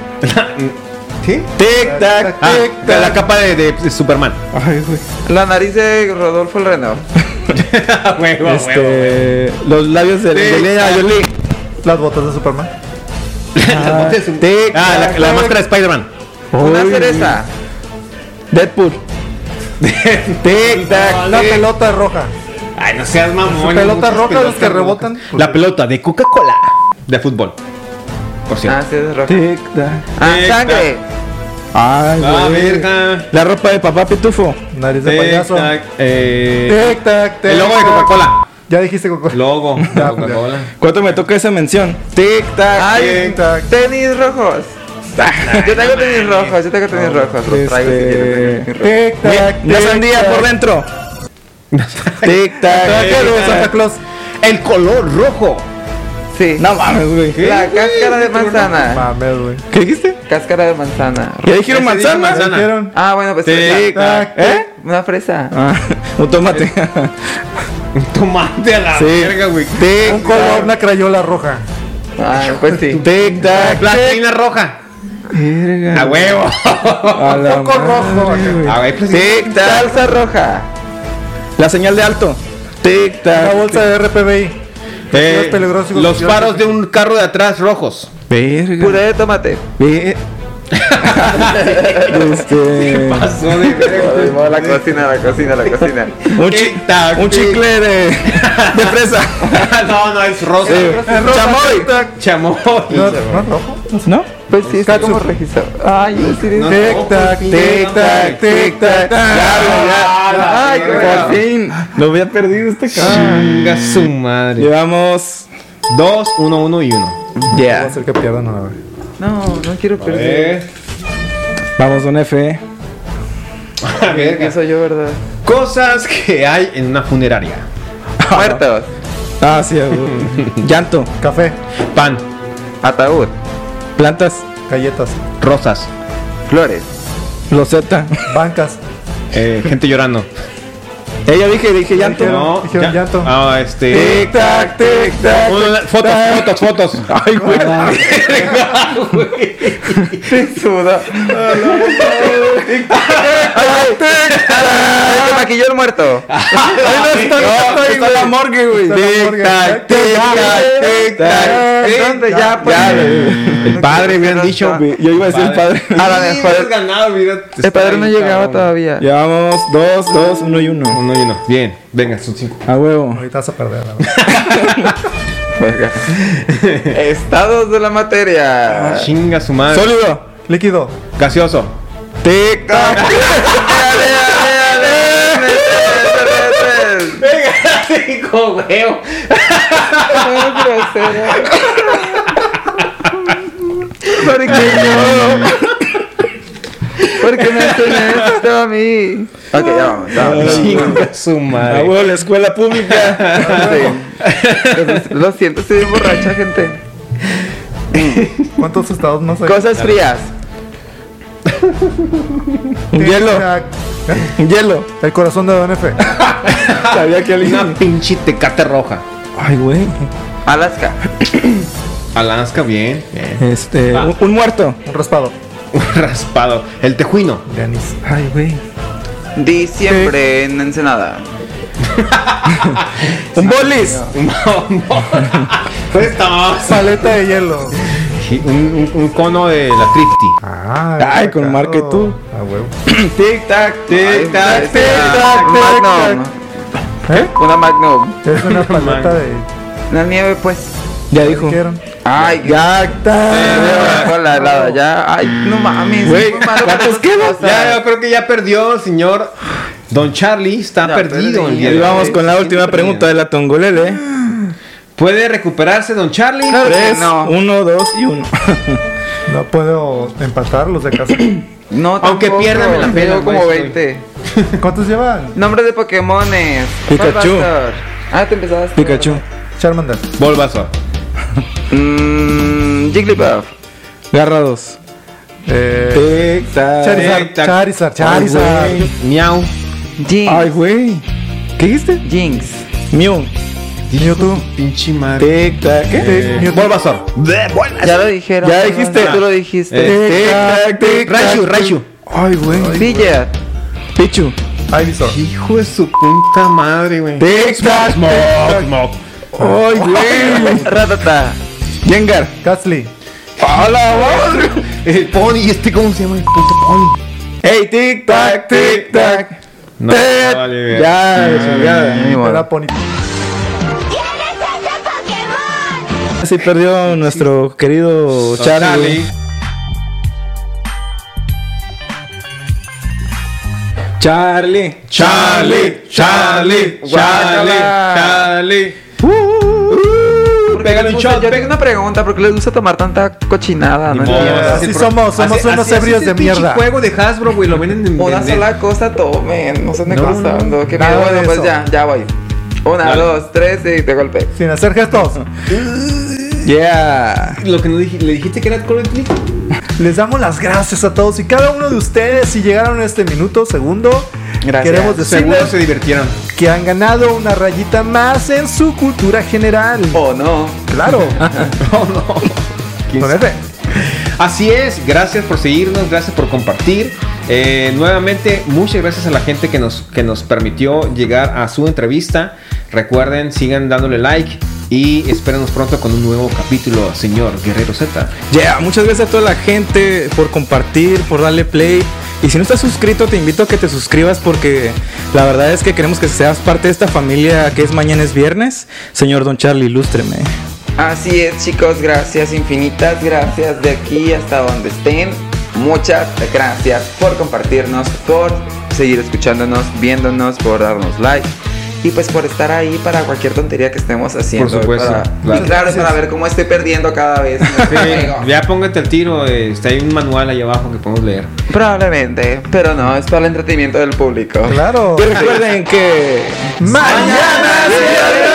¿Qué?
tic tac.
Ah,
Tic
de la
tac.
capa de, de- de Superman.
Ay, güey.
La nariz de Rodolfo el Reno.
A huevo, a huevo.
Este, los labios de
Tic,
de Lena
tac.
Jolie.
Las botas de Superman.
Ah, Tic
Ah,
tac.
la, la máscara de Spider-Man.
Una
Uy,
cereza.
Deadpool. Tic tac.
La pelota roja.
Ay, no seas mamón.
Pelotas
muchas
rojas,
pelotas
las que rebotan.
rojas. La pelota de Coca-Cola. De fútbol. Por
Ah,
cierto.
sí, es rock.
Tic tac.
Ah,
Tic,
sangre.
Ay,
Ah,
güey.
verga.
La ropa de papá pitufo.
Nariz de
Tic,
payaso.
tac, eh,
Tic, tac, tic,
el logo de
tac.
Coca-Cola.
Ya dijiste Coca-Cola.
Logo de Coca-Cola.
¿Cuánto me toca esa mención? Tic tac.
Ay, tenis rojos. Yo tengo tenis rojos, yo tengo tenis rojos. Los traigo
Este,
si quieren tener tenis rojos.
Tic, tac,
La
tic,
sandía
tac.
por dentro. Tic tac.
Traje de
tic,
Santa
tac.
Claus.
El color rojo.
Sí.
eh, No mames, güey.
La cáscara de manzana.
Mames, güey.
¿Qué dijiste?
Cáscara de manzana.
¿Ya dijeron
Ya se dijo
manzana?
manzana.
¿Vieron?
Ah, bueno, pues.
Tic,
la-
tac,
¿Eh? Una fresa.
Ah, un tomate.
Tomate a la
Sí.
verga, güey.
Un
Tic
color, una crayola roja.
Ah, pues sí.
tic tac.
Plastilina roja.
Verga.
A huevo.
A la
Poco rojo.
madre, güey.
A ver,
Tic tac.
Salsa roja.
La señal de alto. Tic
Una
tac.
bolsa de RPBI.
Eh,
es peligroso, hijo
los
de-
faros de un carro de atrás rojos.
Verga.
Puré de tomate.
Ve- Este.
Pasó de verga.
Ay, va, La cocina, la cocina, la cocina.
Un, chi-
Tic tac.
un chicle de, de fresa.
no, no, es rosa.
Chamoy.
Chamoy.
No, no, rojo.
¿No?
Pues sí, está como registro. Ay, yo sí
No,
dije-
no,
Tic, tac,
pues,
tic,
no,
tac,
güey.
tic, tac.
Ah, la
Ay,
verga.
por fin.
Lo había perdido este cabrón.
Chinga su madre.
Llevamos.
2, 1, 1 y 1.
Va a
Yeah.
hacer que pierdan ahora.
No, no quiero perder.
Vamos, don F.
Que soy yo, ¿verdad?
Cosas que hay en una funeraria.
Muertos.
Ah, sí, a huevo. Llanto.
Café,
Pan,
Ataúd.
Plantas.
galletas,
rosas,
Flores.
Loseta.
bancas.
eh, gente llorando.
Ella dije, dije llanto.
Dijeron- dijeron llanto.
Ah, este.
Tic tac, tic tac.
Una- fotos, fotos, fotos.
Ay, güey.
Te suda. Ay, Te maquilló el muerto.
No, está la morgue, güey.
Tic, tac,
tic tac, tic tac.
Entonces ya, pues.
El padre, hubieran dicho.
Ah.
Yo iba a decir el padre.
A Ah, la mejor.
ganado, mira.
El padre no llegaba todavía.
Llevamos dos, dos, uno y uno.
Uno y uno. Bien, venga, son cinco.
A huevo.
Ahorita vas a perder. la verdad.
Verga. Estados de la
Ah,
materia.
Chinga su madre.
Sólido.
Líquido.
Gaseoso.
Tic tac.
Venga, cinco, huevo.
¿Por qué no? ¿Por qué me hacen esto a mí? Ok, ya vamos, ya vamos.
Chinga su
A
madre.
huevo, la escuela pública.
Sí. Lo siento, estoy bien borracha, gente.
¿Cuántos estados más hay?
Cosas frías.
Un
Tic,
hielo.
tac.
Un hielo.
El corazón de Don F.
Sabía que
Una
alguien.
pinche tecate roja.
Ay, güey.
Alaska.
Alaska, bien. bien.
Este.
Va.
Un, un muerto.
Ah. Un raspado.
Un raspado. El tejuino.
De anís.
Ay, güey.
Diciembre en Ensenada.
Un bolis.
Pues estamos.
Paleta de hielo.
Un, un- un cono de la Trifty.
Ah,
Ay, con
marca
marca y tú.
A huevo.
Tic tac,
Ay,
tac,
parece una Magnum.
¿Eh?
Una Magnum.
Es una paleta de.
La nieve, pues.
Ya dijo.
Dijeron.
Ay, ya. Con la helada, ya. Ay, no mames.
Güey,
es muy malo para
¿cuántos
esas
quedan?
cosas.
Ya, yo creo que ya perdió, señor. Don Charlie está
Ya
perdido.
perdí.
el día de
Y
hoy.
vamos con la última
Siempre
pregunta de la Tongolele.
perdido. ¿Puede recuperarse, don Charlie?
Claro.
Tres,
no.
uno, dos y uno.
No puedo empatarlos de casa.
No,
Aunque
tampoco.
pierda, me la
Yo
pela,
como
güey,
20.
¿Cuántos llevan?
Nombres de Pokémones.
Pikachu.
Bulbasaur. Ah, te empezabas.
Pikachu.
Charmander.
Bulbasaur.
Mmm. Jigglypuff.
Garrados.
Eh,
Tic tac.
Charizard.
tac.
Charizard. Charizard.
Ay, güey.
Miau.
Jinx.
Ay, güey. ¿Qué dijiste?
Jinx.
Mew.
Mewtwo.
Pinche madre. Eh,
Tic tac. ¿Qué?
Mewtwo.
Bulbasaur.
Ya lo dijeron.
Ya
no,
dijiste.
Tú lo dijiste.
Eh,
Tic tac, tic tac.
Raichu, Raichu.
Ay, güey.
Pidgeot.
Pichu.
Ivysaur.
Hijo de su puta madre, güey.
Tic tac.
Smog, smog.
Ay, güey.
Ratata.
Jengar.
Gasly.
Hola,
El pony, ¿este cómo se llama el puto pony?
Hey, tic tac, tic tac.
No,
Tet.
vale,
Ya,
vale.
chingada.
Mm, Ni modo.
Era Pony.
Así Oh, perdió nuestro querido
Don
Charlie.
Charlie.
Charlie.
Charlie, Charlie, Charlie,
Guácala.
Charlie.
¿Por qué
Pégale
les
un
gusta-
shot,
Yo
pega-
tengo una pregunta, ¿por qué les gusta tomar tanta cochinada?
Ni
No
modo,
entiendo.
así somos, somos unos ebrios de mierda.
juego de Hasbro, güey, lo venden en
O una
en-
sola cosa tomen, no se me
No,
cruzando. Qué
nada
miedo.
de
Bueno, pues
eso.
ya, ya voy. Una,
Dale.
dos, tres y te golpeé.
Sin hacer gestos.
Yeah.
Lo que no dij- le dijiste que era Call of Duty.
Les damos las gracias a todos y cada uno de ustedes si llegaron a este minuto, segundo.
Gracias.
Queremos
Seguro
decirles
se divirtieron.
que han ganado una rayita más en su cultura general.
Oh,
O no.
Claro.
No, no. ¿Quién
Don
sabe?
Efe,
Así es, gracias por seguirnos, gracias por compartir. Eh, nuevamente, muchas gracias a la gente que nos, que nos permitió llegar a su entrevista. Recuerden, sigan dándole like y espérenos pronto con un nuevo capítulo, señor Guerrero Z.
Yeah, muchas gracias a toda la gente por compartir, por darle play. Y si no estás suscrito, te invito a que te suscribas porque la verdad es que queremos que seas parte de esta familia que es mañana es viernes. Señor Don Charlie, ilústreme.
Así es, chicos. Gracias infinitas. Gracias de aquí hasta donde estén. Muchas gracias por compartirnos, por seguir escuchándonos, viéndonos, por darnos like. Y pues por estar ahí para cualquier tontería que estemos haciendo.
Por supuesto,
para-
claro.
Y claro, para ver cómo estoy perdiendo cada vez. en este juego.
ya póngate el tiro, eh, está ahí un manual ahí abajo que podemos leer.
Probablemente, pero no, es para el entretenimiento del público.
Claro.
Y recuerden que
Mañana.
Mañana, señores.